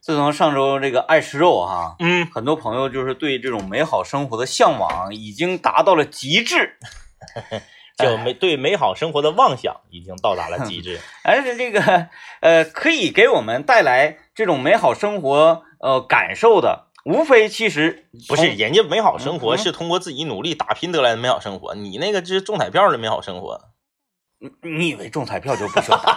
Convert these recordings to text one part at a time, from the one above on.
自从上周这个爱吃肉哈、嗯，很多朋友就是对这种美好生活的向往已经达到了极致。哎就美对美好生活的妄想已经到达了极致。而且哎这个呃，可以给我们带来这种美好生活呃感受的，无非其实不是，人家美好生活哦嗯是通过自己努力打拼得来的美好生活，你那个就是中彩票的美好生活。从你以为中彩票就不需要打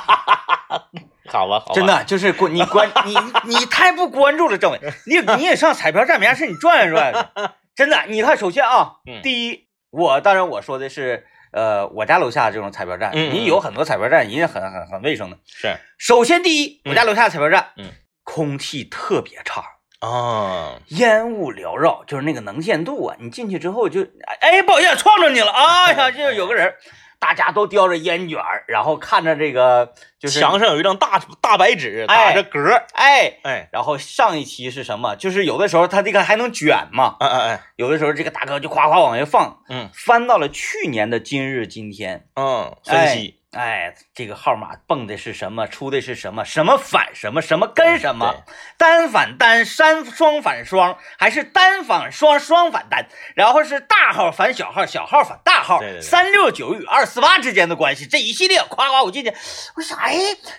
好吧，好吧，真的就是关你 关你你太不关注了，政委，你你也上彩票站没啥事你转悠转 悠，真的。你看，首先啊嗯，第一，我当然我说的是呃我家楼下这种彩票站，嗯嗯你有很多彩票站，人家很很很卫生的。是首先第一，嗯我家楼下的彩票站，嗯，空气特别差。啊，烟雾缭绕，就是那个能见度啊！你进去之后就，哎，不好意思，撞着你了！哎呀，这有个嗯人，大家都叼着烟卷儿，然后看着这个就是墙，上有一张大大白纸打哎着嗝儿，哎，哎，然后上一期是什么？就是有的时候他这个还能卷嘛，哎哎哎，有的时候这个大哥就夸夸往下放，嗯翻到了去年的今日今天，嗯，分析哎，这个号码蹦的是什么，出的是什么，什么反什么，什么跟什么。对单反单，单双反双，还是单反双，双反单，然后是大号反小号，小号反大号对对，对三六九与二四八之间的关系，这一系列，夸夸我进去，我想，哎，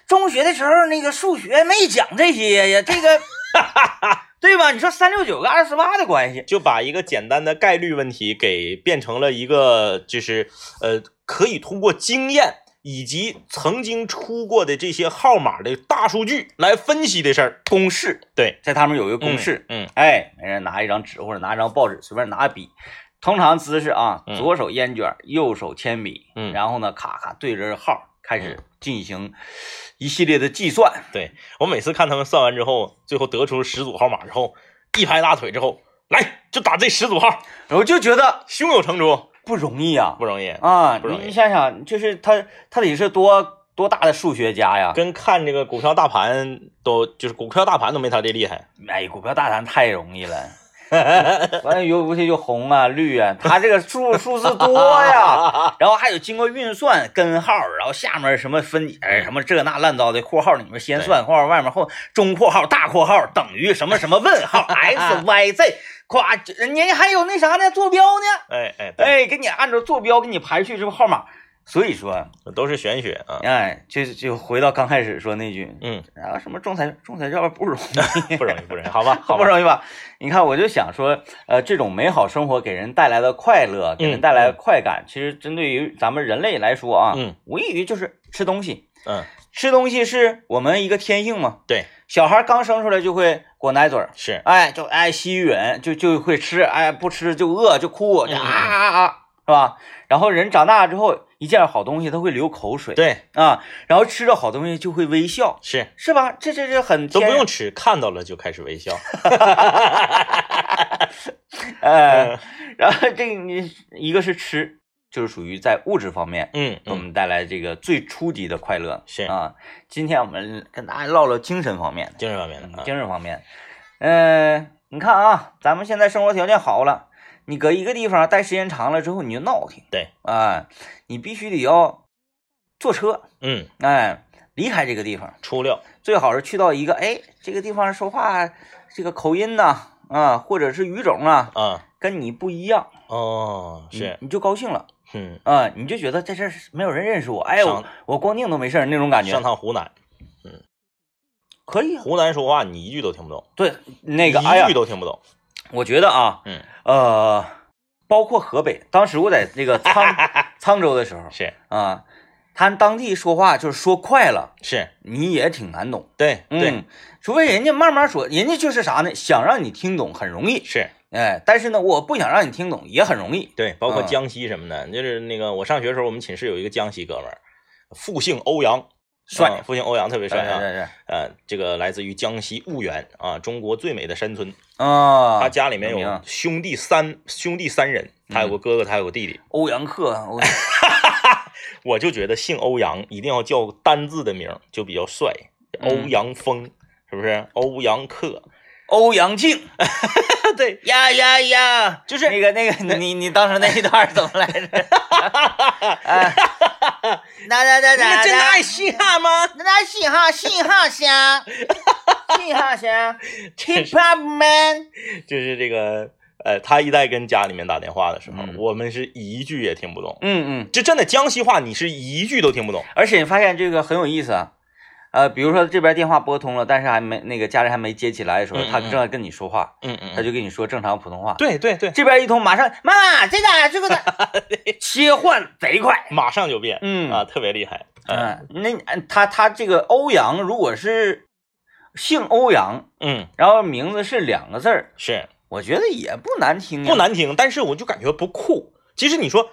中学的时候那个数学没讲这些呀，这 个，对吧？你说三六九跟二四八的关系，就把一个简单的概率问题给变成了一个，就是呃，可以通过经验以及曾经出过的这些号码的大数据来分析的事儿。公式，对，在他们有一个公式，嗯，嗯，哎，每人拿一张纸或者拿一张报纸，随便拿笔。通常姿势啊，嗯左手烟卷，右手铅笔，嗯然后呢，咔咔对着号开始进行一系列的计算。对我每次看他们算完之后，最后得出十组号码之后，一拍大腿之后，来就打这十组号，我就觉得胸有成竹，不容易啊不容易。啊！不容易你想想，就是他他得是多多大的数学家呀？跟看这个股票大盘都就是股票大盘都没他这厉害，哎，股票大盘太容 易了。完了，尤其就红啊、绿啊，他这个数数字多 呀，然后还有经过运算根号，然后下面什么分哎什么这那乱糟的括号里面先算，括号外面后中括号、大括号等于什么什么问号 x y z，夸人家还有那啥呢坐标呢，哎哎，对，哎，给你按照坐标给你排序这个号码，所以说都是玄学啊，哎，就就回到刚开始说那句，嗯，啊什么中彩中彩票不容易， 不容易不容易，好吧，好好 不吧，容易吧？你看，我就想说，呃，这种美好生活给人带来的快嗯乐，给人带来的快感，其实针对于咱们人类来说啊，嗯无异于就是吃东西。嗯，吃东西是我们一个天性嘛。对，小孩刚生出来就会裹奶嘴儿，是，哎，就爱吸吮，就就会吃，哎，不吃就饿就哭，就嗯嗯啊啊啊，是吧？然后人长大之后，一见好东西他会流口水，对，啊，然后吃着好东西就会微笑，是是吧？这这这很都不天然用吃，看到了就开始 微笑。 呃，然后这个你一个是吃，就是属于在物质方面嗯给我嗯，们带来这个最初级的快乐，是啊。今天我们跟大家唠唠精神方面的，精神方面嗯的啊，精神方面，嗯、你看啊，咱们现在生活条件好了，你搁一个地方待时间长了之后，你就闹挺，对啊，你必须得要坐车，嗯，哎，离开这个地方，出料，最好是去到一个哎这个地方说话这个口音呐、啊，或者是语种啊，啊，跟你不一样。哦，是，你，你就高兴了嗯，啊、你就觉得在这儿没有人认识我，哎上我我光腚都没事儿那种感觉，上趟湖南，可以啊。湖南说话你一句都听不懂，对，那个哎呀一句，都听不懂，我觉得啊，嗯，呃，包括河北，当时我在那个 沧沧州的时候是啊，他们当地说话就是说快了，是，你也挺难懂。对对嗯，除非人家慢慢说，人家就是啥呢？想让你听懂很容易，是，哎，但是呢，我不想让你听懂也很容易。对，包括嗯江西什么的，就是那个我上学的时候，我们寝室有一个江西哥们儿，复姓欧阳，帅哎嗯复姓欧阳特别对帅对啊，对对，呃，这个来自于江西婺源啊，中国最美的山村，啊，他家里面有名有啊嗯兄弟三兄弟三人，他有个哥哥，他有个弟弟。欧阳克，我我就觉得姓欧阳一定要叫单字的名儿就比较帅，欧嗯阳锋是不是？欧阳克，欧阳靖。对，呀呀呀！就那是个那个，你你当时那一段儿怎么来 着？哎，哒哒哒哒哒，信哈吗？那那信号信号响，信号大 侠，Hip Hop Man，就是这个呃，他一代跟家里面打电话的时候，嗯我们是一句也听不懂，嗯嗯，就真的江西话你是一句都听不懂。而且你发现这个很有意思啊，呃，比如说这边电话拨通了，但是还没那个家人还没接起来的时候，嗯嗯他正在跟你说话，嗯嗯他就跟你说正常普通话，对对对，这边一通马上妈妈这个这个 的，切换贼快，马上就变，嗯啊，特别厉害。嗯嗯，那你他他这个欧阳如果是姓欧阳，嗯，然后名字是两个字儿，是我觉得也不难听呀，不难听，但是我就感觉不酷。其实你说。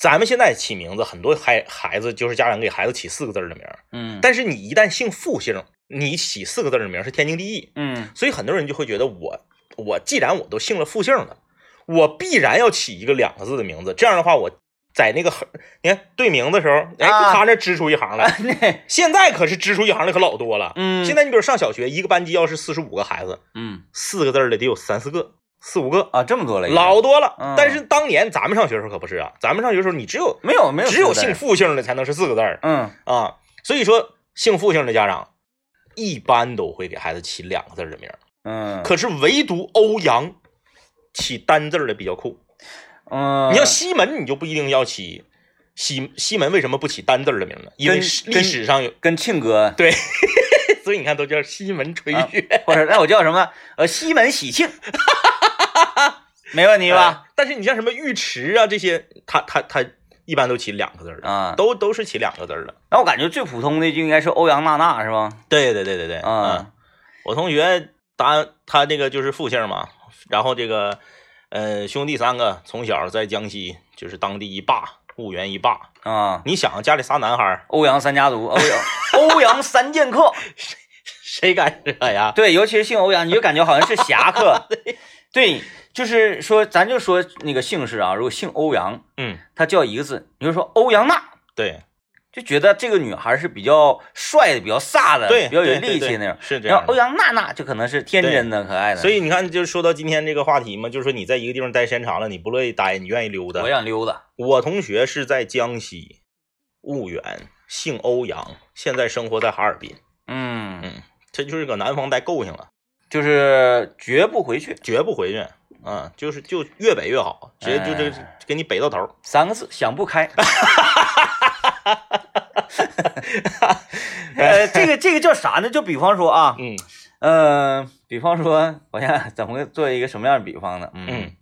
咱们现在起名字，很多孩孩子就是家长给孩子起四个字儿的名儿，嗯，但是你一旦姓傅姓，你起四个字儿的名儿是天经地义。 嗯所以很多人就会觉得我我既然我都姓了复姓了，我必然要起一个两个字的名字。这样的话，我在那个横你看对名的时候，哎，啊他那支出一行来。那现在可是支出一行的可老多了。嗯现在你比如上小学，一个班级要是四十五个孩子，嗯四个字儿的得有三四个、四五个，啊这么多了已经，老多了。嗯但是当年咱们上学的时候可不是啊，咱们上学的时候你只有没有没有只有四个字姓儿，复姓的才能是四个字儿嗯啊。所以说，姓复姓的家长一般都会给孩子起两个字儿的名儿。嗯，可是唯独欧阳起单字儿的比较酷。嗯你要西门，你就不一定要起西西门。为什么不起单字儿的名呢？因为跟史历跟史上有， 跟庆哥，所以你看都叫西门吹啊雪，或者那我叫什么呃西门喜 庆，没问题对吧？？哎但是你像什么尉迟啊这些，他他他一般都起两个字儿的，啊，都都是起两个字儿的。那我感觉最普通的就应该是欧阳娜娜是吧？对对对对对，嗯啊，我同学他他这个就是复姓嘛，然后这个呃兄弟三个从小在江西就是当地一霸，婺源一霸。啊，你想家里仨男孩儿，欧阳三家 族，欧阳欧阳三剑客，谁敢惹呀？对，尤其是姓欧阳，你就感觉好像是侠客。对，就是说，咱就说那个姓氏啊，如果姓欧阳， 嗯，他叫一个字，你就说欧阳娜，对，就觉得这个女孩是比较帅的、比较飒的、对，比较有对力气对那种。是这然样后欧的。阳娜娜就可能是天真的、可爱的。所以你看，就是说到今天这个话题嘛，就是说你在一个地方待时间长了，你不乐意待，你愿意溜达我。想溜达，我同学是在江西婺源，姓欧阳，现在生活在哈尔滨。嗯，嗯，这就是搁南方待够性了，就是绝不回去，绝不回去。嗯，就是就越北越好，直接就这个给你北到头。三个字想不 开。呃，这个这个叫啥呢？就比方说啊，嗯呃，比方说，我想 怎么做一个什么样的比方呢？嗯，，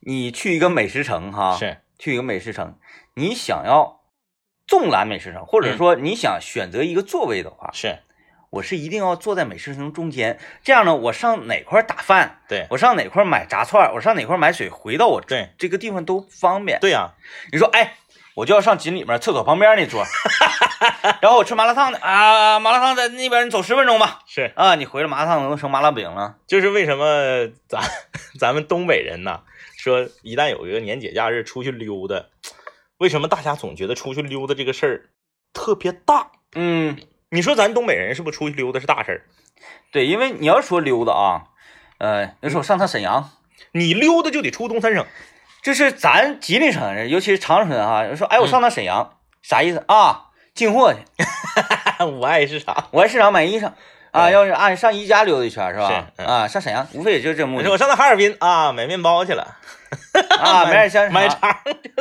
你去一个美食城哈，是去一个美食城，你想要纵览美食城，嗯或者说你想选择一个座位的话，是，我是一定要坐在美食城中间。这样呢，我上哪块儿打饭，对我上哪块儿买炸串儿，我上哪块儿买水，回到我对这个地方都方便。对呀，你说，哎，我就要上井里面厕所旁边那桌，然后我吃麻辣烫的啊，麻辣烫在那边，你走十分钟吧。是，啊，你回了麻辣烫能成麻辣饼了。就是为什么咱 咱们东北人呐，说一旦有一个年节假日出去溜达，为什么大家总觉得出去溜达这个事儿特别大？嗯，你说咱东北人是不是出去溜达是大事儿？对，因为你要说溜达啊，呃，有时候上趟沈阳，你溜达就得出东三省， 就是咱吉林省人，尤其是长春啊，人说哎，我嗯上趟沈阳，啥意思啊？进货去，我爱是啥？我在市场买衣裳啊，对要是按上宜家溜达一圈是吧？嗯是嗯啊，上沈阳无非也就这目你说的我上趟哈尔滨啊，买面包去了，啊，没点香买肠肠。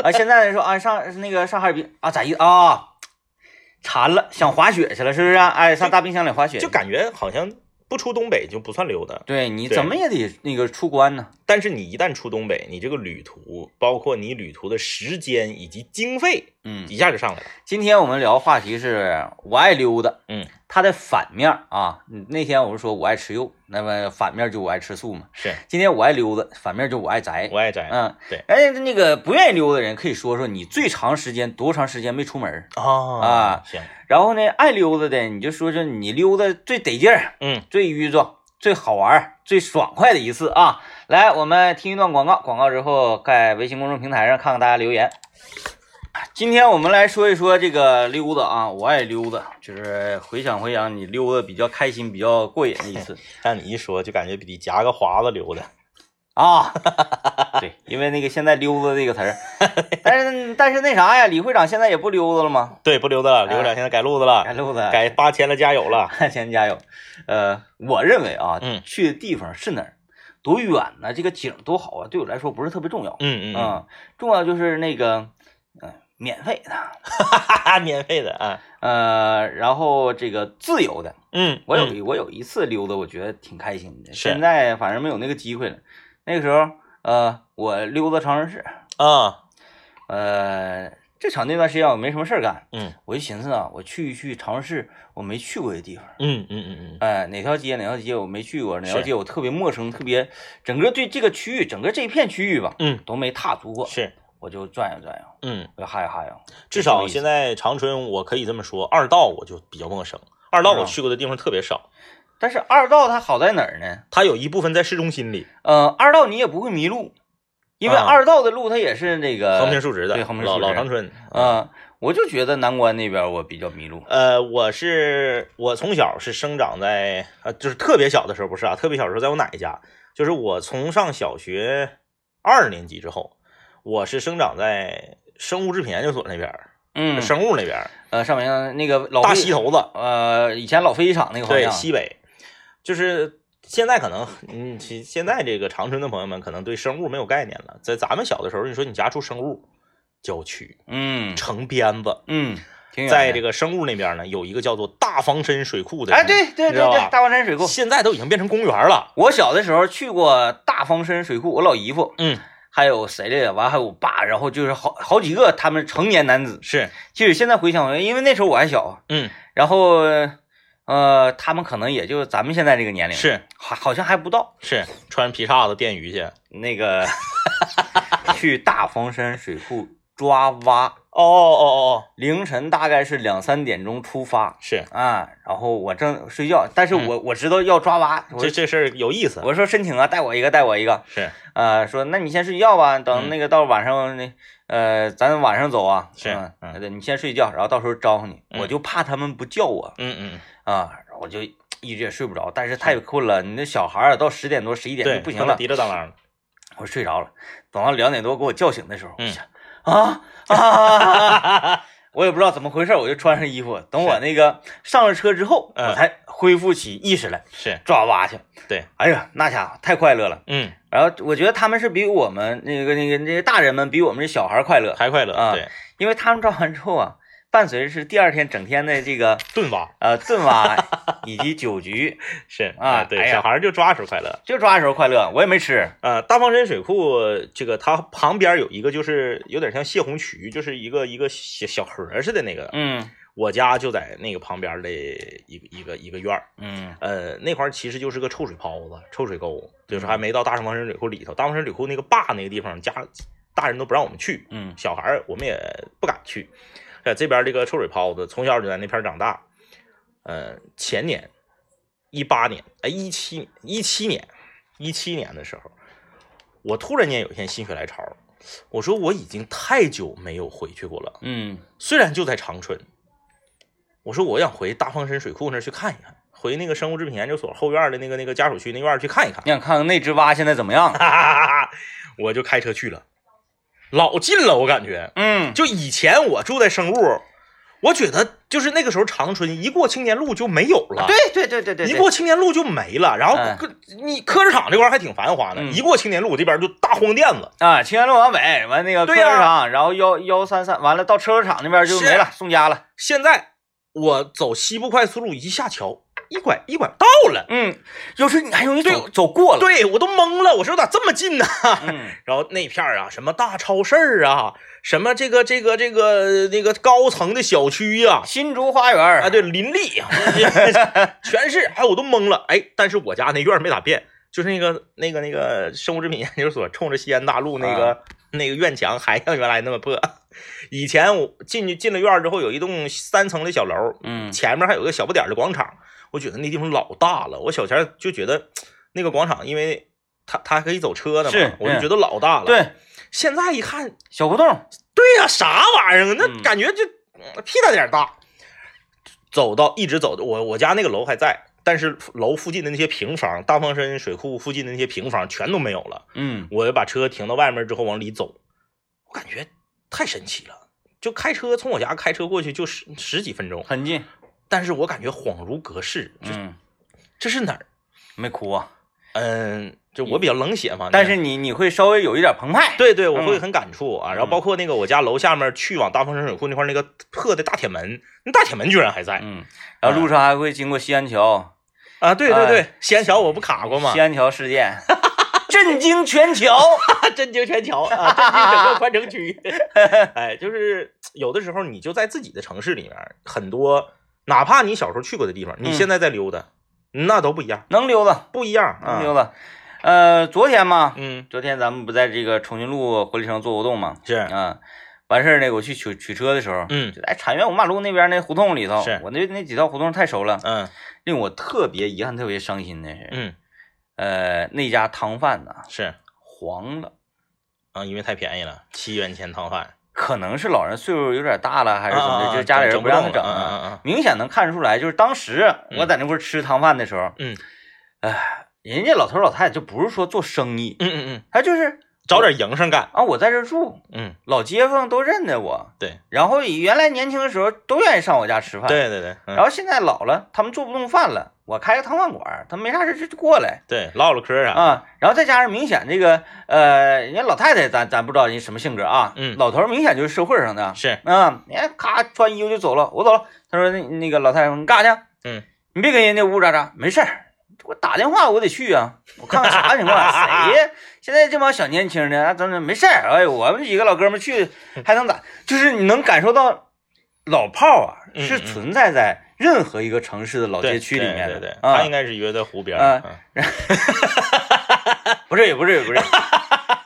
啊。现在说啊，上那个上哈尔滨啊，咋意思啊？馋了，想滑雪去了，是不是、啊？哎，上大冰箱里滑雪去，就感觉好像不出东北就不算溜达，对你对怎么也得那个出关呢？但是你一旦出东北，你这个旅途，包括你旅途的时间以及经费，嗯，一下就上来了。今天我们聊话题是我爱溜达，嗯，它的反面啊，嗯那天我是说我爱吃肉，那么反面就我爱吃素嘛。是今天我爱溜达，反面就我爱宅我。爱宅。嗯，对哎，那个不愿意溜达的人可以说说你最长时间多长时间没出门儿，哦啊行，然后呢，爱溜达的你就说说你溜达最得劲儿、嗯，最淤着、最好玩儿、最爽快的一次啊！来，我们听一段广告，广告之后在微信公众平台上看看大家留言。今天我们来说一说这个溜达啊，我爱溜达，就是回想回想你 溜达比较开心、比较过瘾的一次。让你一说就感觉比你夹个华子溜的。 啊，对，因为那个现在溜达这个词 儿，但是但是那啥呀，李会长现在也不溜达了吗？对，不溜达了，哎刘长现在改路子了，该溜达，改八千了，加油了。 大千加油。呃，我认为啊，嗯去的地方是哪儿，多远呢？这个景儿多好啊，对我来说不是特别重要。嗯嗯嗯，嗯，重要就是那个，嗯、免费的，哈哈，免费的啊。呃，然后这个自由的。嗯，我有嗯一我有一次溜达，我觉得挺开心的。是现在反正没有那个机会了。那个时候，呃，我溜达长春市，啊，呃，正巧那段时间我没什么事儿干，嗯我就寻思啊，我去一去长春市我没去过的地方。嗯嗯嗯嗯，哎，哪条街哪条街我没去过，哪条是街我特别陌生，特别整个对这个区域，整个这片区域吧，嗯，都没踏足过，是，我就转悠转悠，嗯，我就哈悠哈悠。这至少意思现在长春，我可以这么说，二道我就比较陌生，二道是我吧去过的地方特别少，但是二道它好在哪儿呢？它有一部分在市中心里，呃，二道你也不会迷路，因为啊二道的路它也是那个横平竖直的，呃对，横平老竖老直。长春。嗯，我就觉得南关那边我比较迷路。呃，我是我从小是生长在呃，就是特别小的时候不是啊，特别小的时候在我奶家，就是我从上小学二年级之后，我是生长在生物制品研究所那边儿，嗯，生物那边儿，呃，上面那个老大飞西头子，呃，以前老飞机场那个啊方对，向，西北，就是现在可能，嗯，其现在这个长春的朋友们可能对生物没有概念了。在咱们小的时候，你说你家住生物郊区嗯城边子，嗯，挺远的。在这个生物那边呢，有一个叫做大方山水库的，哎，对对对你知道吧对，大王山水库。现在都已经变成公园了。我小的时候去过大方山水库，我老姨夫嗯，还有谁来着？完还有我爸，然后就是好好几个他们成年男子。是，即使现在回想，因为那时候我还小，啊嗯，然后呃，他们可能也就咱们现在这个年龄，是好好像还不到是，穿皮叉子电鱼去。哦那个 去大方山水库抓蛙。哦哦哦哦，凌晨大概是两三点钟出发是，啊，然后我正睡觉，但是我、我知道要抓蛙，我嗯这这事儿有意思。我说申请啊，带我一个，带我一个，是呃，说那你先睡觉吧，等嗯那个到晚上那、呃，咱晚上走啊。是嗯嗯对，你先睡觉，然后到时候招呼你。嗯我就怕他们不叫我嗯嗯，啊，我就一直也睡不着，但是太困了。你那小孩儿到十点多、十一点对，就不行弄得了，滴了当啷的。我睡着了。等到两点多给我叫醒的时候，嗯我想啊 啊，我也不知道怎么回事，我就穿上衣服。等我是那个上了车之后，嗯我才恢复起意识来是，抓蛙去。对，哎呀，那家伙太快乐了。嗯，然后我觉得他们是比我们那个那个那个大人们比我们这小孩儿快乐，还快乐。啊对，因为他们抓完之后啊，伴随着是第二天整天的这个炖蛙呃炖 蛙以及酒局，是啊哎对，呀小孩儿就抓时候快乐。就抓的时候快乐，我也没吃，呃，大方山水库这个它旁边有一个，就是有点像泄洪渠，就是一个一个小小河似的那个。嗯我家就在那个旁边的一个一个一个院儿，嗯呃，那块儿其实就是个臭水泡子、臭水沟，就是还没到大方山水库里头。大方山水库那个坝那个地方，家大人都不让我们去，嗯小孩儿我们也不敢去。在这边这个臭水泡子，从小就在那片儿长大。呃，前年，一八年，哎，一七一七年，一七年的时候，我突然间有一天心血来潮，我说我已经太久没有回去过了，嗯虽然就在长春，我说我想回大方山水库那儿去看一看，回那个生物制品研究所后院的那个那个家属区那院儿去看一看你。想看看那只蛙现在怎么样？哈哈哈哈，我就开车去了，老近了，我感觉。嗯，就以前我住在生物，我觉得就是那个时候长春一过青年路就没有了，啊对对对对对，一对过青年路就没了。然后嗯各、你科市场这块还挺繁华的，嗯一过青年路我这边就大荒店子，啊，青安路往北，完那个对客呀车厂，然后幺幺三三，完了到车轮厂那边就是没了，送家了。现在我走西部快速路一下桥，一拐一拐到了，嗯，有时候你还容易走对走过了。对我都懵了，我说咋这么近呢？嗯然后那片儿啊，什么大超市儿啊，什么这个这个这个那个高层的小区呀、新竹花园啊啊， 对，林立，我全是，哎，我都懵了，哎，但是我家那院儿没咋变，就是那个那个那个生物制品研究所冲着西安大路那个、啊那个院墙还像原来那么破。以前我进去进了院儿之后，有一栋三层的小楼，嗯前面还有个小不点儿的广场，我觉得那地方老大了。我小前儿就觉得那个广场，因为它它可以走车的嘛是，我就嗯觉得老大了。，对，现在一看小胡同，对呀、啥玩意儿啊？那嗯感觉就嗯屁大点儿大。走到一直走到我我家那个楼还在，但是楼附近的那些平房，大放山水库附近的那些平房全都没有了。嗯我把车停到外面之后往里走，我感觉太神奇了。就开车从我家开车过去就十十几分钟，很近，但是我感觉恍如隔世，这嗯，这是哪儿？没哭啊，嗯，就我比较冷血嘛，但是你你会稍微有一点澎湃，对对，我嗯会很感触啊。然后包括那个我家楼下面去往大丰山水库那块儿那个破的大铁门，那大铁门居然还在嗯，然后路上还会经过西安桥，啊！对对哎对，西安桥我不卡过吗西？安桥事件 震惊全球，震惊全桥 啊，震惊整个宽城区。 哎，就是有的时候你就在自己的城市里面，很多哪怕你小时候去过的地方，你嗯现在在溜达，那都不一样，能溜达不一样啊能。溜达，呃，昨天嘛，嗯，昨天咱们不在这个重庆路活力城做活动嘛，是，啊，完事儿呢，我去取取车的时候，嗯就在产院五马路那边那胡同里头，是我那那几道胡同太熟了，嗯令我特别遗憾、特别伤心的是，嗯，呃，那家汤饭呐是黄了，啊，因为太便宜了，七元钱汤饭，可能是老人岁数有点大了，还是啊怎么的，啊啊哎就家里人整不让他不动整了啊啊啊啊明显能看出来，就是当时嗯我在那块儿吃汤饭的时候，嗯哎，人家老头老太太就不是说做生意，嗯嗯嗯，他就是找点营生干，啊，我在这儿住，嗯，老街坊都认得我，对。然后原来年轻的时候都愿意上我家吃饭，对对对，嗯然后现在老了，他们做不动饭了，我开个汤饭馆儿，他们没啥事就就过来对，唠唠嗑儿啥，啊。然后再加上明显这个呃，人家老太太咱咱不知道人家什么性格啊，嗯老头儿明显就是社会上的，是，啊，人家咔穿衣服就走了，我走了。他说那那个老太太说你干啥去？嗯，你别跟人家呜呜喳喳，没事儿。我打电话我得去啊，我看看啥 情况，谁呀？现在这帮小年轻的，啊真的没事儿。哎呦，我们几个老哥们去嗯还能咋？就是你能感受到老炮儿啊，嗯是嗯存在在任何一个城市的老对街区里对面对的。对，啊他应，该是约在湖边啊儿，嗯不是也不是也 不是。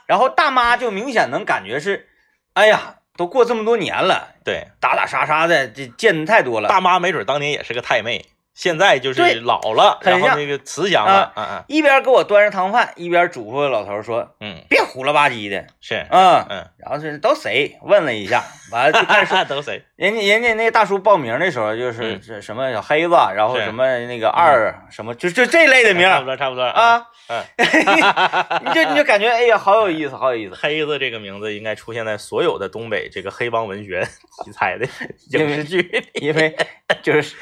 然后大妈就明显能感觉是，哎呀，都过这么多年了，对，打打杀杀的，这见的太多了。大妈没准当年也是个太妹，现在就对是老了，很然后像啊那个慈祥了，嗯嗯一边给我端着汤饭，一边嘱咐老头说嗯，：“别胡了吧唧的是，啊！”嗯，然后是都谁问了一下，完了就开始说 都谁，人家人家那大叔报名的时候就是嗯这什么小黑子，然后是什么那个二什么，就就这类的名差不儿多差不多，啊，嗯， 你就你就感觉哎呀好有意思，好有意思，黑子这个名字应该出现在所有的东北这个黑帮文学 题材的因 影为视剧里，因为就是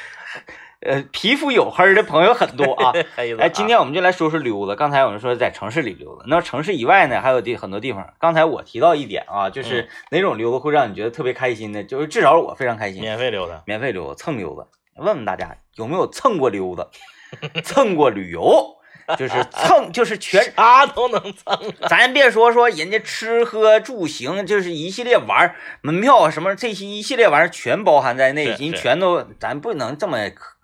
呃皮肤黝黑儿的朋友很多 啊。黑子啊，哎，今天我们就来说说溜达。刚才我们说在城市里溜达，那城市以外呢，还有地很多地方。刚才我提到一点啊，就是嗯哪种溜达会让你觉得特别开心的，就是至少我非常开心，免费溜达，免费溜达、蹭溜达。问问大家有没有蹭过溜达，蹭过旅游，就是蹭，就是 全，啥啊都能蹭，咱别说说人家吃喝住行，就是一系列玩儿门票啊什么这些一系列玩意儿全包含在内，是人是全都，咱不能这么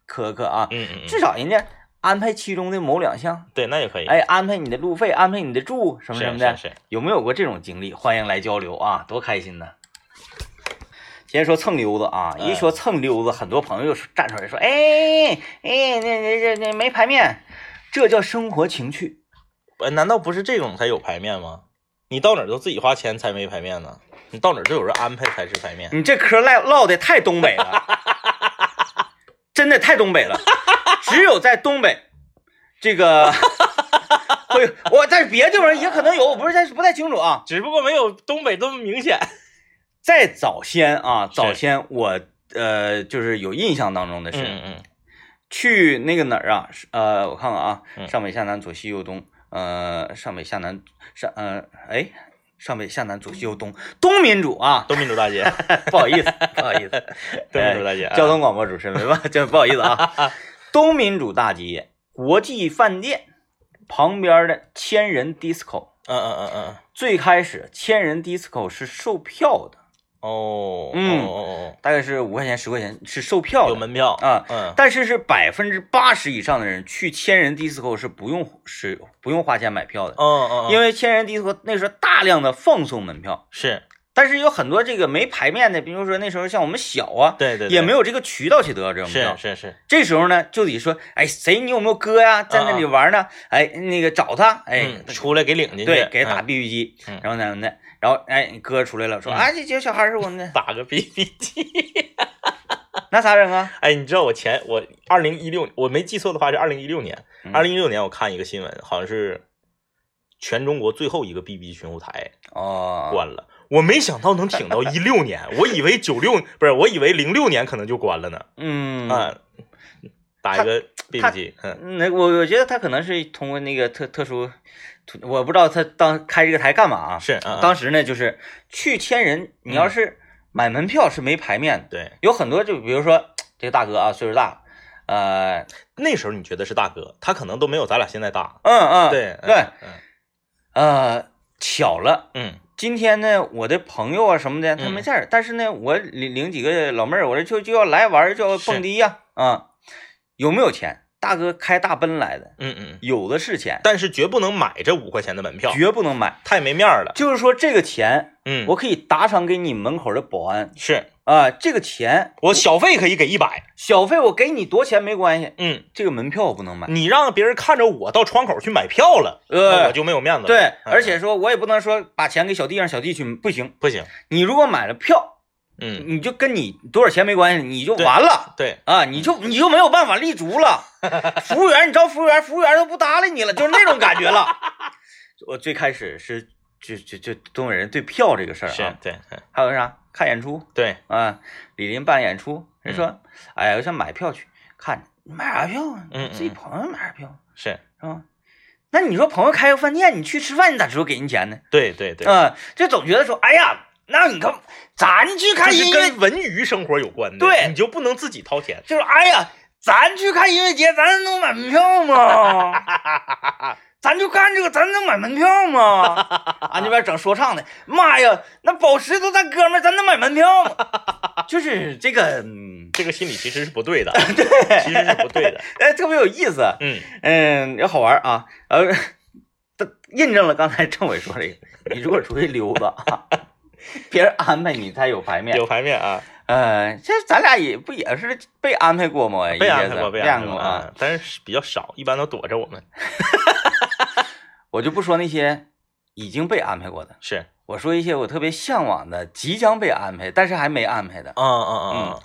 苛刻啊，嗯嗯至嗯，少人家安排其中的某两项。对，那就可以，哎，安排你的路费，安排你的住什么是什么的，是是有没有过这种经历？欢迎来交流啊，多开心呐！先说蹭溜子啊，一哎说蹭溜子，很多朋友就是站出来说：“哎哎，那那那那没排面，这叫生活情趣。呃，难道不是这种才有排面吗？你到哪儿都自己花钱才没排面呢？你到哪儿都有人安排才是排面。你这嗑唠唠的太东北 了，真的太东北了，只有在东北这 个会，我在别的地方也可能有，我不是太不太清楚啊。只不过没有东北这么明显。在早先啊，早先我呃就是有印象当中的是、嗯嗯，去那个哪儿啊？是呃，我看看啊，嗯上北下南左西右东，呃，上北下南上呃哎。上北下南左西右东，东民主啊， 东民主大街，不好意思，不好意思， 东民主大啊街，哎交通广播主持人，没办法， 就不好意思 啊。东民主大街国际饭店旁边的千人 disco，嗯，嗯嗯嗯嗯，最开始千人 disco 是售票的，哦，嗯哦哦大概是五块钱、十块钱是售哦，票有的门票啊嗯，但是是百分之八十以上的人去千人 disco 是不用是不用花钱买票的，嗯嗯，因为为千人 disco 那时候大量的放送门票，是但是有很多这个没排面的，比如说那时候像我们小啊，对对，对也没有这个渠道去得到这种是票。是是，这时候呢，就得说，哎，谁你有没有哥呀、在那里玩呢？哎，那个找他，哎哦嗯，出来给领进去，对，给他打嗯 BB 机，嗯然后呢呢，然后哎，你哥出来了，说，嗯啊，这这小孩是我们的，打个 BB 机，那咋整 啊？哎，你知道我前我二零一六，我没记错的话是二零一六年嗯，二零一六年我看一个新闻，好像是全中国最后一个 BB 寻呼台哦，关了。我没想到能挺到一六年，我以为九六不是，我以为零六年可能就关了呢。嗯，啊，打一个 B 他 B 机，嗯，那我我觉得他可能是通过那个特特殊，途我不知道他当开这个台干嘛啊。是嗯啊，当时呢，就是去千人，你要是买门票是没排面的，对，有很多就比如说这个大哥啊，岁数大，呃，那时候你觉得是大哥，他可能都没有咱俩现在大。嗯嗯，对对，，嗯呃，巧了，嗯今天呢，我的朋友啊什么的他没嗯事儿，但是呢，我领领几个老妹儿，我这就就要来玩儿，就要蹦是迪呀、啊，有没有钱？大哥开大奔来的，嗯嗯，有的是钱，但是绝不能买这五块钱的门票，绝不能买。太没面儿了。就是说这个钱，嗯，我可以打赏给你门口的保安是啊、这个钱我小费可以给一百，小费我给你多钱没关系，嗯，这个门票我不能买。你让别人看着我到窗口去买票了，嗯那呃我，就没有面子了。对，嗯而且说我也不能说把钱给小弟让小弟去，不行。不行，你如果买了票，嗯，你就跟你多少钱没关系，你就完了对，嗯啊，你就你就没有办法立足 了。服务员，你招服务员，服务员都不搭理你了，就是那种感觉了。 我最开始是就就就东北人对票这个事儿是啊，对，嗯还有啥看演出对，啊，李林办演出，嗯人说，哎呀，我想买票去看，你买啥票啊？嗯嗯自己朋友买啥票啊是，是吧？那你说朋友开个饭店，你去吃饭，你咋知道给人钱呢？对对对，啊，就总觉得说，哎呀，那你看，咱去它看是音乐跟文娱生活有关的，对你就不能自己掏钱。就是哎呀，咱去看音乐节，咱能买门票 吗？咱就干这个，咱能买门票吗？啊，那边整说唱的，妈呀，那宝石都咱哥们儿，咱能买门票吗？ 就是这个，嗯这个心理其实是不对的， 对，其实是不对的。哎，特别有意思，嗯，嗯，也好玩啊，呃，它印证了刚才政委说这个，你如果出去溜达啊，别人安排你才有排面，有牌面啊，呃，这咱俩也不也是被安排过吗？被安一排些过，次被安排过过啊。，嗯但是比较少，一般都躲着我们。我就不说那些已经被安排过的，是，我说一些我特别向往的、即将被安排但是还没安排的。嗯嗯嗯，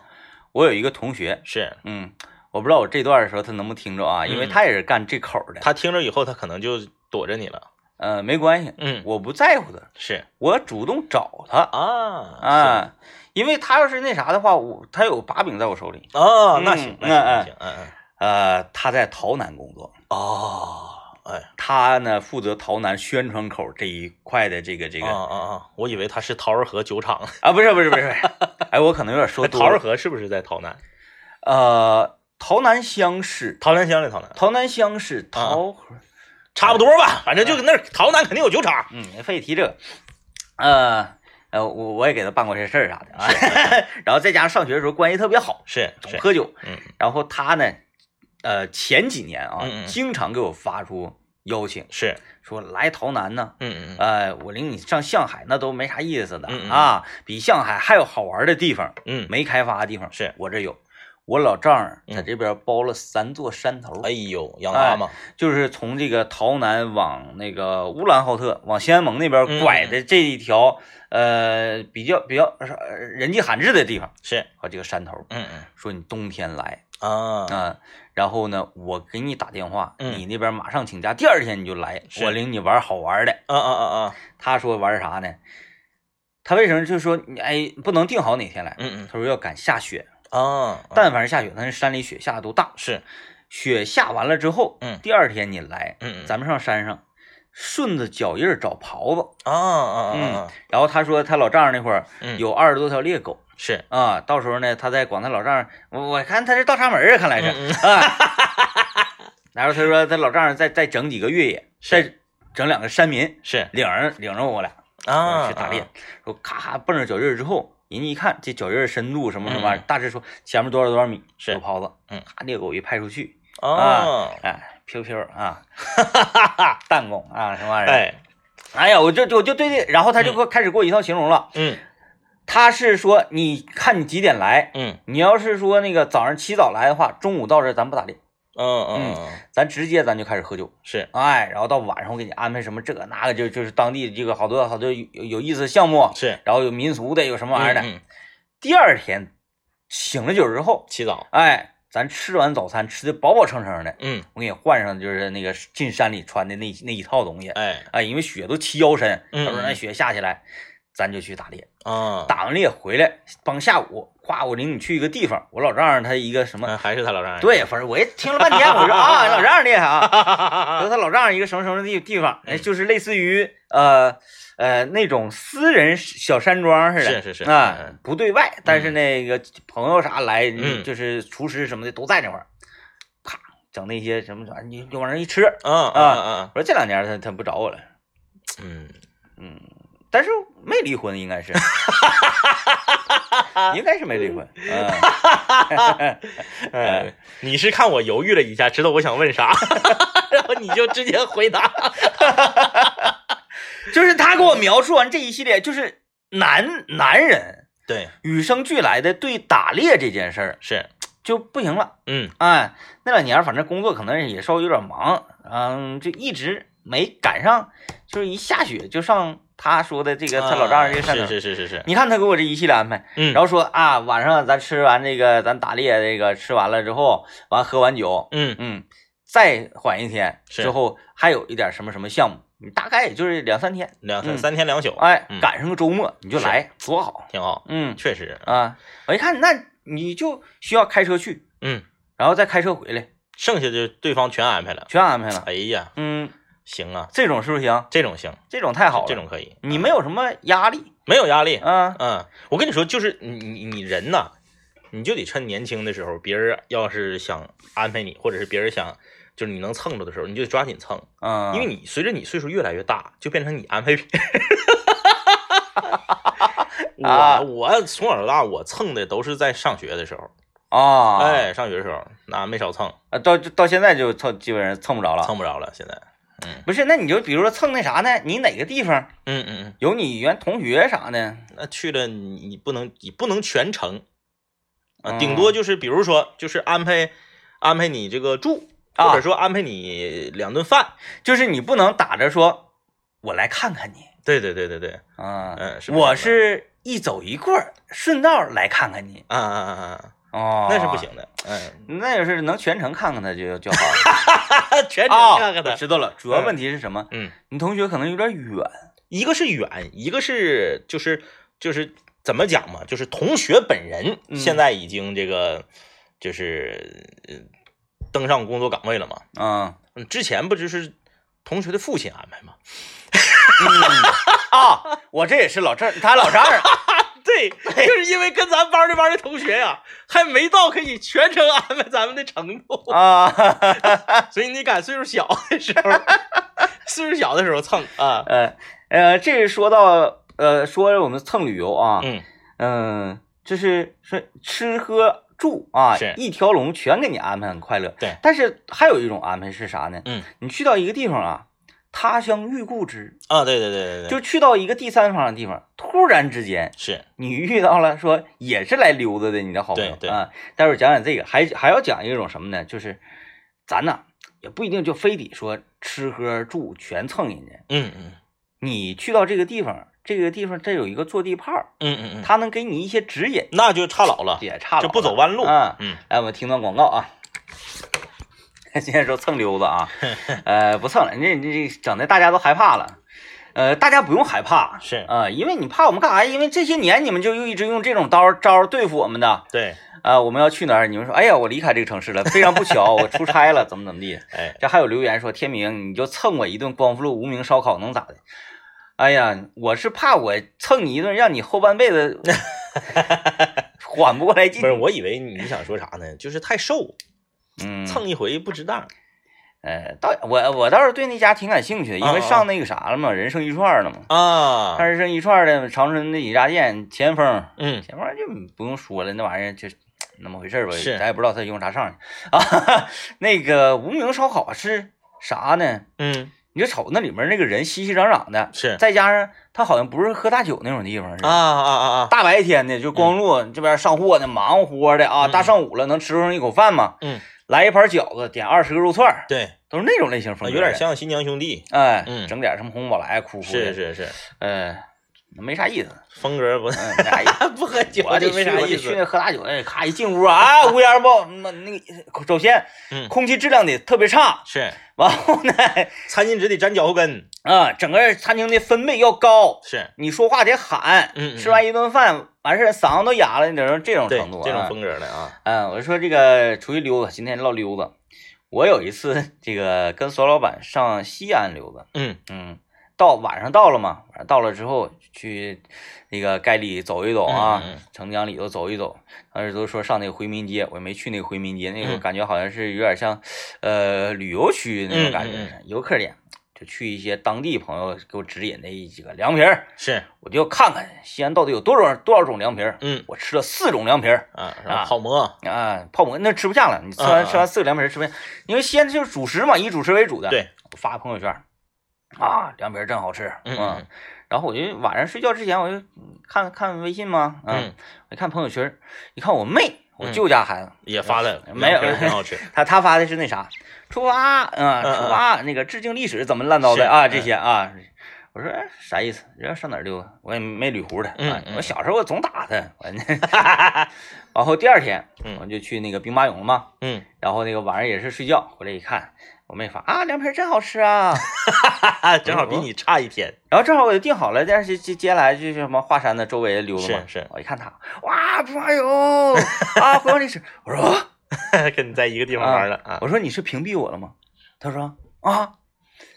我有一个同学，是嗯，我不知道我这段的时候他能不能听着啊，因为嗯他也是干这口儿的。他听着以后，他可能就躲着你了。呃，没关系，嗯，我不在乎他，是我主动找他啊啊，因为他要是那啥的话，我他有把柄在我手里。哦，嗯那行，那行，那行，嗯嗯，呃，他在洮南工作，哦，哎，他呢负责洮南宣传口这一块的这个这这个个啊啊啊啊，我以为他是桃儿河酒厂，不是不是不是，不 是哎，我可能有点说桃多儿了，河是不是在洮南？呃，洮南乡市。桃南乡的洮南，洮南乡是啊洮河，差不多吧，反正就是那儿洮南肯定有酒厂。嗯，非得提这个，呃呃，我我也给他办过这事儿啥的啊， 然后再加上上学的时候关系特别好，是总是，喝酒，嗯，然后他呢，呃，前几年啊，嗯嗯嗯经常给我发出邀请，是，说来洮南呢。嗯嗯嗯呃，我领你上向海那都没啥意思的嗯嗯啊，比向海还有好玩的地方，嗯，没开发的地方是我这有。我老丈人嗯在这边包了三座山头，哎呦，养妈妈，就是从这个洮南往那个乌兰浩特、往西安盟那嗯边拐的这一条，呃，比较比较呃人迹罕至的地方，是，啊，这个山头，嗯嗯说你冬天来啊、啊，然后呢，我给你打电话，嗯你那边马上请假，第二天你就来，是我领你玩好玩的。啊啊啊啊，他说玩啥呢？他为什么就说你哎不能定好哪天来？嗯他说要赶下雪，嗯啊，但凡是下雪，但是山里雪下的都大，是，雪下完了之后，嗯第二天你来，嗯嗯，咱们上山上，顺着脚印儿找狍子。啊啊啊啊，然后他说他老丈人那会儿嗯有二十多条猎狗是，啊，到时候呢，他再管他老丈人，我我看他是倒插门儿啊，看来是嗯啊。 然后他说他老丈人再再整几个越野，是再整两个山民，是领着领着我俩啊，去打猎，嗯说咔咔奔着脚印儿之后。人家一看这脚印儿深度什么什么玩意儿，嗯大致说前面多少多少米是有狍子，嗯咔猎狗一派出去，啊，哎，飘飘 啊，弹弓啊什么玩意儿，哎，哎呀，我就就我就对这，然后他就给我开始给我一套形容了。嗯他是说，你看你几点来，嗯你要是说那个早上起早来的话，中午到这儿咱不打猎，嗯嗯，咱直接咱就开始喝酒，是，哎，然后到晚上我给你安排什么这个那个，就就是当地这个好多好多有有意思的项目，是嗯然后有民俗的，有什么玩意儿的。嗯嗯第二天醒了酒之后，起早，哎，咱吃完早餐吃的饱饱撑撑的，嗯，我给你换上就是那个进山里穿的那那一套东西，哎，哎，因为雪都齐腰深，嗯到时候那雪下起来，咱就去打猎，啊，打完猎回来，帮下午，夸我领你去一个地方，我老丈人他一个什么。嗯还是他老丈 人，对，反正我也听了半天，我说 啊，老丈人厉害啊，啊， 说他老丈人一个什么什么地地方，哎，嗯就是类似于呃呃那种私人小山庄似的，是是是啊、嗯不对外，但是那个朋友啥来，嗯就是厨师什么的都在那块儿，啪整那些什么啥，你就往那一吃。嗯啊嗯我说这两年他他不找我了，嗯嗯，但是没离婚，应 该是，应该是没离婚，嗯， 嗯，哎，你是看我犹豫了一下，知道我想问啥， 然后你就直接回答，就是他给我描述完这一系列，就是男男人对，与生俱来的对打猎这件事儿是，就不行了。嗯哎，那两年反正工作可能也稍微有点忙，嗯，就一直没赶上，就是一下雪就上他说的这个他老丈人这个山头。啊是是是是是，你看他给我这一系列安排，嗯，然后后说啊，晚上咱吃完这个，咱打猎这个吃完了之后，完喝完酒，嗯嗯，再缓一天是之后，还有一点什么什么项目，你大概也就是两三天，两嗯三三天两宿，哎嗯，赶上个周末你就是来，多好，挺好，嗯确实，啊，我一看那你就需要开车去，嗯，然后再开车回来，剩下就对方全安排了，全安排了。哎呀，嗯，行啊，这种是不是行？这种行，这种太好了，这种可以，你没有什么压力没有压力，啊。嗯，我跟你说，就是你你你人呐，你就得趁年轻的时候，别人要是想安排你，或者是别人想就是你能蹭着的时候，你就抓紧蹭，嗯，因为你随着你岁数越来越大，就变成你安 排别人。啊我我从小到大我蹭的都是在上学的时候，啊，，哎，上学的时候那没少蹭，到到现在就蹭，基本上蹭不着了。蹭不着了。现在，不是，那你就比如说蹭那啥呢？你哪个地方嗯嗯嗯，有你原同学啥的？那去了你你不能你不能全程啊，嗯顶多就是比如说就是安排安排你这个住，啊或者说安排你两顿饭。就是你不能打着说，我来看看你对对对对对，啊。嗯，是不我行的是一走一过，顺道来看看你啊啊啊啊啊，哦，那是不。行的，嗯，那要是能全程看看他就就好 了。 全啊程看看我他。知道了。主要问题是什么？哦嗯，你同学可能有点远一个是远，一个是就是就是怎么讲嘛，就是同学本人嗯现在已经这个就是呃登上工作岗位了嘛， 啊。嗯，之前不就是同学的父亲安排吗？啊，我这也是老丈，他老丈人， 对，就是因为跟咱班这班的同学呀、还没到可以全程安排咱们的程 度，啊，所以你赶岁数小的时候， 岁数小的时候蹭啊，呃呃，这是说到呃，说我们蹭旅游啊，嗯，嗯，就是说吃喝住啊是，一条龙全给你安排，很快乐。对但是还有一种安排是啥呢？嗯，你去到一个地方啊，他乡遇故知，啊，对对对对对，就去到一个第三方的地方，突然之间是，你遇到了说也是来溜达的你的好朋友对对啊。待会儿讲讲这个，还还要讲一种什么呢？就是咱呐也不一定就非得说吃喝住全蹭人家。嗯嗯你去到这个地方，这个地方这有一个坐地炮儿，嗯嗯嗯，它能给你一些指引，那就差老了，也差了啊就不走弯路，啊。嗯来，我们听段广告啊。 今天说蹭溜子 啊，呃，不蹭了，你这你这整的大家都害怕了。呃，大家不用害怕， 是啊、因为你怕我们干啥？因为这些年你们就又一直用这种刀招儿对付我们的啊、对，我们要去哪儿？你们说，哎呀，我离开这个城市了，非常不巧，我出差了，怎么怎么地？哎，这还有留言说，天明你就蹭我一顿光复路无名烧烤能咋的？哎呀，我是怕我蹭你一顿，让你后半辈子 缓不过来劲。不是，我以为你想说啥呢？就是太瘦，嗯，蹭一回不值当，呃，倒我我倒是对那家挺感兴趣的，因为啊啊上那个啥了嘛，人生一串儿了嘛。啊上人生一串儿的长春那几家店，前锋，嗯，前锋就不用说了，那玩意儿就那么回事儿吧，是咱也不知道他用啥上去啊。 那个无名烧烤是啥呢？嗯，你就瞅那里面那个人熙熙攘攘的，是再加上他好像不是喝大酒那种地方似的啊啊啊啊，大白天的就光路这边上货呢，忙乎乎的啊，嗯大上午了能吃上一口饭吗？嗯，来一盘饺子，点二十个肉串儿，对，都是那种啊类型风格，有点。像新疆兄弟，哎，嗯整点什么红宝来，哭哭的。是，是是，呃，没啥意思，风格不嗯，没啥意思。 不喝酒我得就去没啥我意得去思。那喝大酒，那咔一进屋啊，乌烟不那那个，首先嗯空气质量得特别差，是，完后呢，餐巾纸得粘脚后跟。啊，整个餐厅的分贝要高，是，你说话得喊，嗯嗯嗯吃完一顿饭完事儿嗓子都哑了，你这种这种对程度，这种啊。风格的啊。嗯，我就说这个出去溜达，今天唠溜达。我有一次这个跟索老板上西安溜达，嗯嗯，到晚上到了嘛，晚上到了之后去那个街里走一走啊，嗯嗯嗯城墙里头走一走。当时都说上那个回民街，我也没去那个回民街，那个嗯感觉好像是有点像，呃，旅游区那种感觉嗯嗯嗯似的，游客点。就去一些当地朋友给我指引的一几个凉皮儿，是，我就看看西安到底有多少多少种凉皮儿。嗯我吃了四种凉皮儿，啊，然啊后泡馍，啊，泡馍那吃不下了，你吃啊啊完啊吃完四个凉皮儿吃不下，因为西安就是主食嘛，以主食为主的。对，我发朋友圈儿，啊，凉皮儿真好吃，嗯嗯然后我就晚上睡觉之前，我就嗯看看微信嘛，啊嗯，我一看朋友圈儿，一看我妹，我嗯舅家孩子，也发了，没有凉皮儿很 好吃。他他发的是那啥，出发，嗯，嗯出发，那个致敬历史怎么烂糟的啊，是嗯这些啊。我说哎啥意思？人家上哪儿溜达？我也没捋胡他。嗯啊嗯我小时候我 总打他，完了，然后第二天嗯我就去那个兵马俑了嘛，嗯，然后那个晚上也是睡觉，回来一看，我妹发啊，凉皮儿真好吃啊。 哈哈，正好比你差一天。然后正好我就订好了，但是接接下来就是什么华山的周围溜达嘛。是是我一看他，哇，兵马俑啊，回望历史。我说啊跟你在一个地方玩了啊。我说你是屏蔽我了吗？他说啊，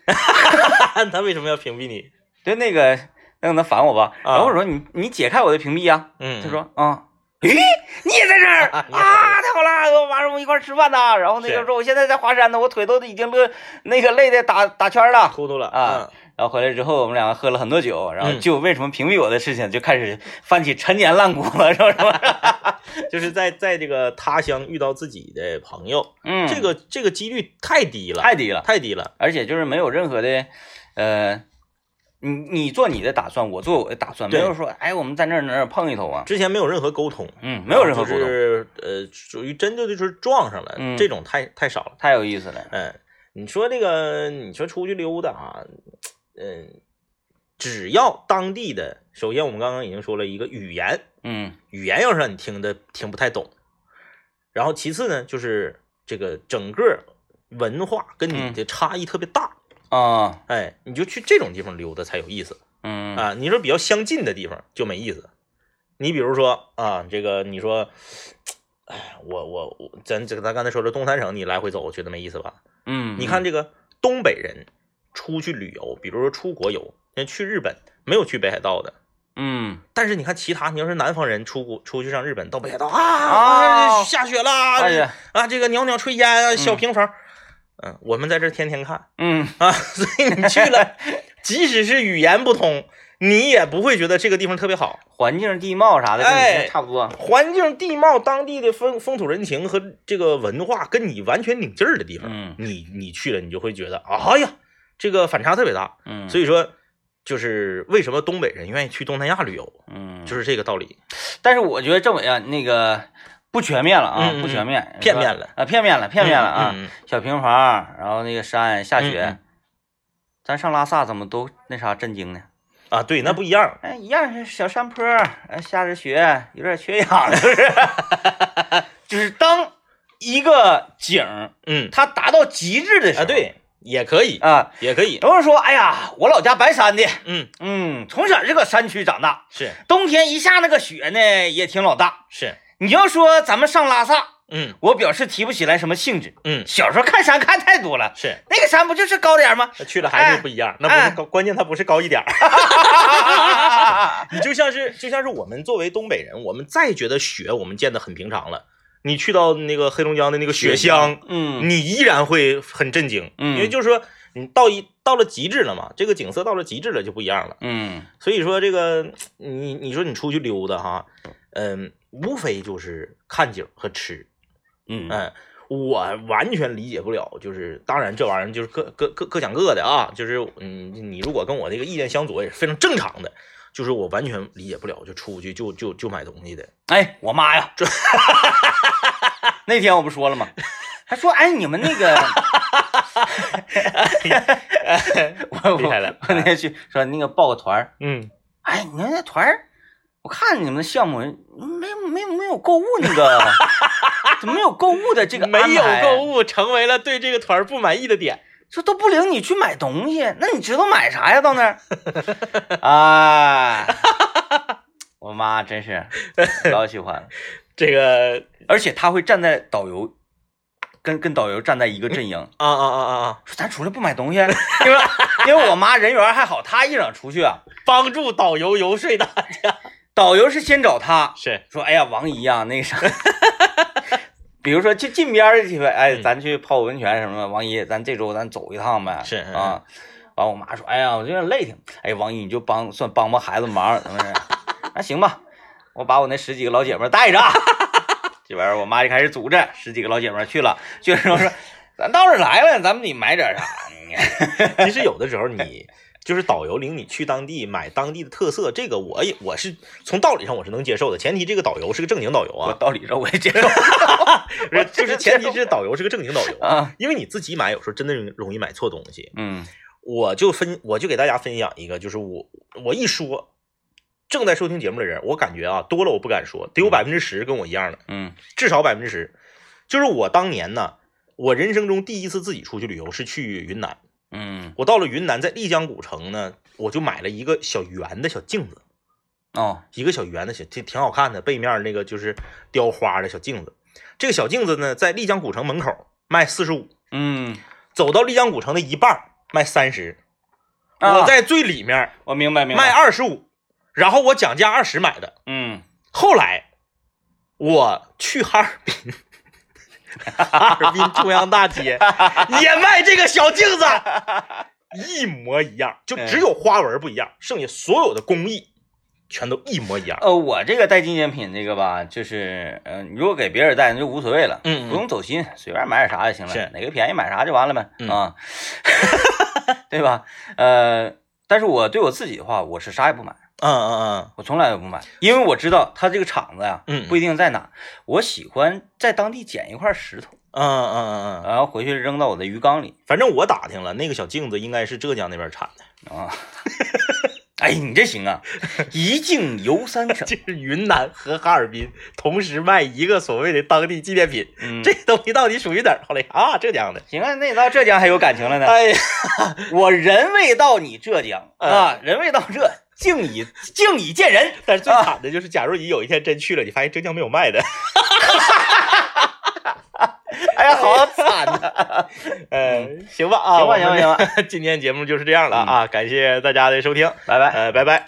啊 他为什么要屏蔽你？就那个那个能烦我吧？啊然后我说你你解开我的屏蔽啊。嗯，他说啊。咦，你也在这儿啊！你也在这儿太好了，我晚上我们一块儿吃饭呐。然后那个是说，我现在在华山呢，我腿都已经乐那个累的打打圈儿了。秃秃了啊。嗯然后回来之后，我们两个喝了很多酒，然后嗯就为什么屏蔽我的事情，就开始翻起陈年烂谷了，是 不是？就是在在这个他乡遇到自己的朋友，嗯，这个这个几率太低了，太低了，太低了。而且就是没有任何的，呃，你你做你的打算，我做我的打算，没对有说哎我们在那儿哪儿碰一头啊，之前没有任何沟通，嗯，没有任何啊就互动，是呃，属于真的就是撞上了，嗯这种太太少了。太有意思了，嗯，你说这个，你说出去溜达啊，嗯，只要当地的，首先我们刚刚已经说了一个语言，嗯语言要是让你听的听不太懂，然后其次呢，就是这个整个文化跟嗯你的差异特别大，啊哎，你就去这种地方溜达才有意思嗯啊。你说比较相近的地方就没意思，你比如说啊，这个你说，哎，我我我，咱这个咱刚才说的东三省，你来回走，我觉得没意思吧？嗯，你看这个东北人出去旅游，比如说出国游，人去日本没有去北海道的，嗯，但是你看，其他你要是南方人出国出去上日本到北海道啊，啊下雪啦，哎呀，啊，这个袅袅炊烟啊，小平房，嗯、我们在这儿天天看嗯啊， 所以你去 了，即使是语言不通，你也不会觉得这个地方特别好。环境地貌啥的，跟哎你这差不多，环境、地貌、当地的风风土人情和这个文化跟你完全拧劲儿的地方，嗯你你去了，你就会觉得，哎呀，这个反差特别大。嗯，所以以说，就是为什么东北人愿意去东南亚旅游，嗯，就是这个道理。但是我觉得政委啊，那个不全面了啊，嗯嗯不全面，片是吧面了啊，片面了，片面了啊。嗯嗯嗯小平房，然后那个山下雪，嗯嗯咱上拉萨怎么都那啥震惊呢？啊，对，那不一样。哎，一样是小山坡，哎，下着雪，有点缺氧，是不是？ 就是当一个景儿嗯，它达到极致的时候，啊，对，也可以，啊，也可以。有人说，哎呀，我老家白山的，嗯，嗯，从小这个山区长大，是冬天一下那个雪呢也挺老大。是，你要说咱们上拉萨，嗯我表示提不起来什么兴致。嗯，小时候看山看太多了，是。那个山不就是高点儿吗？那去了还是不一样，那不哎是高，关键它不是高一点儿。你就像是就像是我们作为东北人，我们再觉得雪我们见得很平常了，你去到那个黑龙江的那个雪乡， 嗯你依然会很震惊，嗯因为就是说你到一到了极致了嘛，这个景色到了极致了就不一样了。嗯所以说这个你你说你出去溜达哈，嗯，无非就是看景和吃，嗯嗯，我完全理解不了，就是当然这玩意儿就是各各各各讲各的啊，就是嗯，你如果跟我这个意见相左也是非常正常的，就是我完全理解不了，就出去就就就买东西的，哎，我妈呀！ 那天我不说了吗？还说哎，你们那 个，哎我我厉害了哎我那天去说那个报个团儿，嗯哎，你看那团儿，我看你们的项目没有没有没有购物那 个，怎么没有购物的这个没有购物，物成为了对这个团儿不满意的点。说都不领你去买东西，那你知道买啥呀？到那儿， 哎，我妈真是老喜欢了，这个而且她会站在导游跟跟导游站在一个阵营，啊啊啊啊啊，说咱出来不买东西，因为因为我妈人缘还好，她一整出去啊，帮助导游游说的导游是先找她是说，哎呀，王姨啊，那个啥， 比如说去近边儿的地方，哎，嗯咱去泡温泉什么的，王姨，咱这周咱走一趟呗，是啊。完，我妈说，哎呀，我有点累挺，哎，王姨你就帮算帮帮孩子忙，怎么是？ 那行吧，我把我那十几个老姐们儿带着啊， 这玩意儿我妈就开始组织十几个老姐们儿去了，去了之后说，咱到这儿来了，咱们得买点啥。其实有的时候你就是导游领你去当地买当地的特色，这个我也我是从道理上我是能接受的，前提这个导游是个正经导游我啊，道理上我也接受 不是就是前提是导游是个正经导 游，啊，因为你自己买有时候真的容易买错东西。嗯我就分我就给大家分享一个，就是我我一说正在收听节目的人，我感觉啊多了我不敢说，得有百分之十跟我一样的，嗯至少百分之十。就是我当年呢，我人生中第一次自己出去旅游是去云南。嗯，我到了云南，在丽江古城呢，我就买了一个小圆的小镜子，哦，一个小圆的小挺挺好看的，背面那个就是雕花的小镜子。这个小镜子呢，在丽江古城门口卖四十五，嗯，走到丽江古城的一半儿卖三十、啊我在最里面我明白明白，卖二十五，然后我讲价二十买的。嗯，后来我去哈尔滨，哈尔滨中央大街也卖这个小镜子，一模一样，就只有花纹不一样，剩下所有的工艺全都一模一样。呃，我这个带纪念品这个吧，就是，呃，你如果给别人带，那就无所谓了，嗯嗯不用走心，随便买点啥就行了，是哪个便宜买啥就完了呗，嗯啊， 对吧？呃，但是我对我自己的话，我是啥也不买，嗯嗯我从来都不买，因为我知道他这个厂子呀、嗯不一定在哪，我喜欢在当地捡一块石头，嗯嗯嗯嗯嗯，然后回去扔到我的鱼缸里反正我打听了，那个小镜子应该是浙江那边产的，啊。哎，你这 行啊，一境游三省，就是云南和哈尔滨同时卖一个所谓的当地纪念品，嗯，这东西到底属于哪儿？后来啊，浙江的。行啊，那你到浙江还有感情了呢。哎呀， 我人未到你浙江嗯啊，人未到这，竟已竟已见人。但是最惨的就是，假如你有一天真去了，你发现浙江没有卖的，哎呀，好惨呐、呃，行吧啊，嗯行吧我们行吧 这，今天节目就是这样了啊，感谢大家的收听，拜拜。呃，拜拜。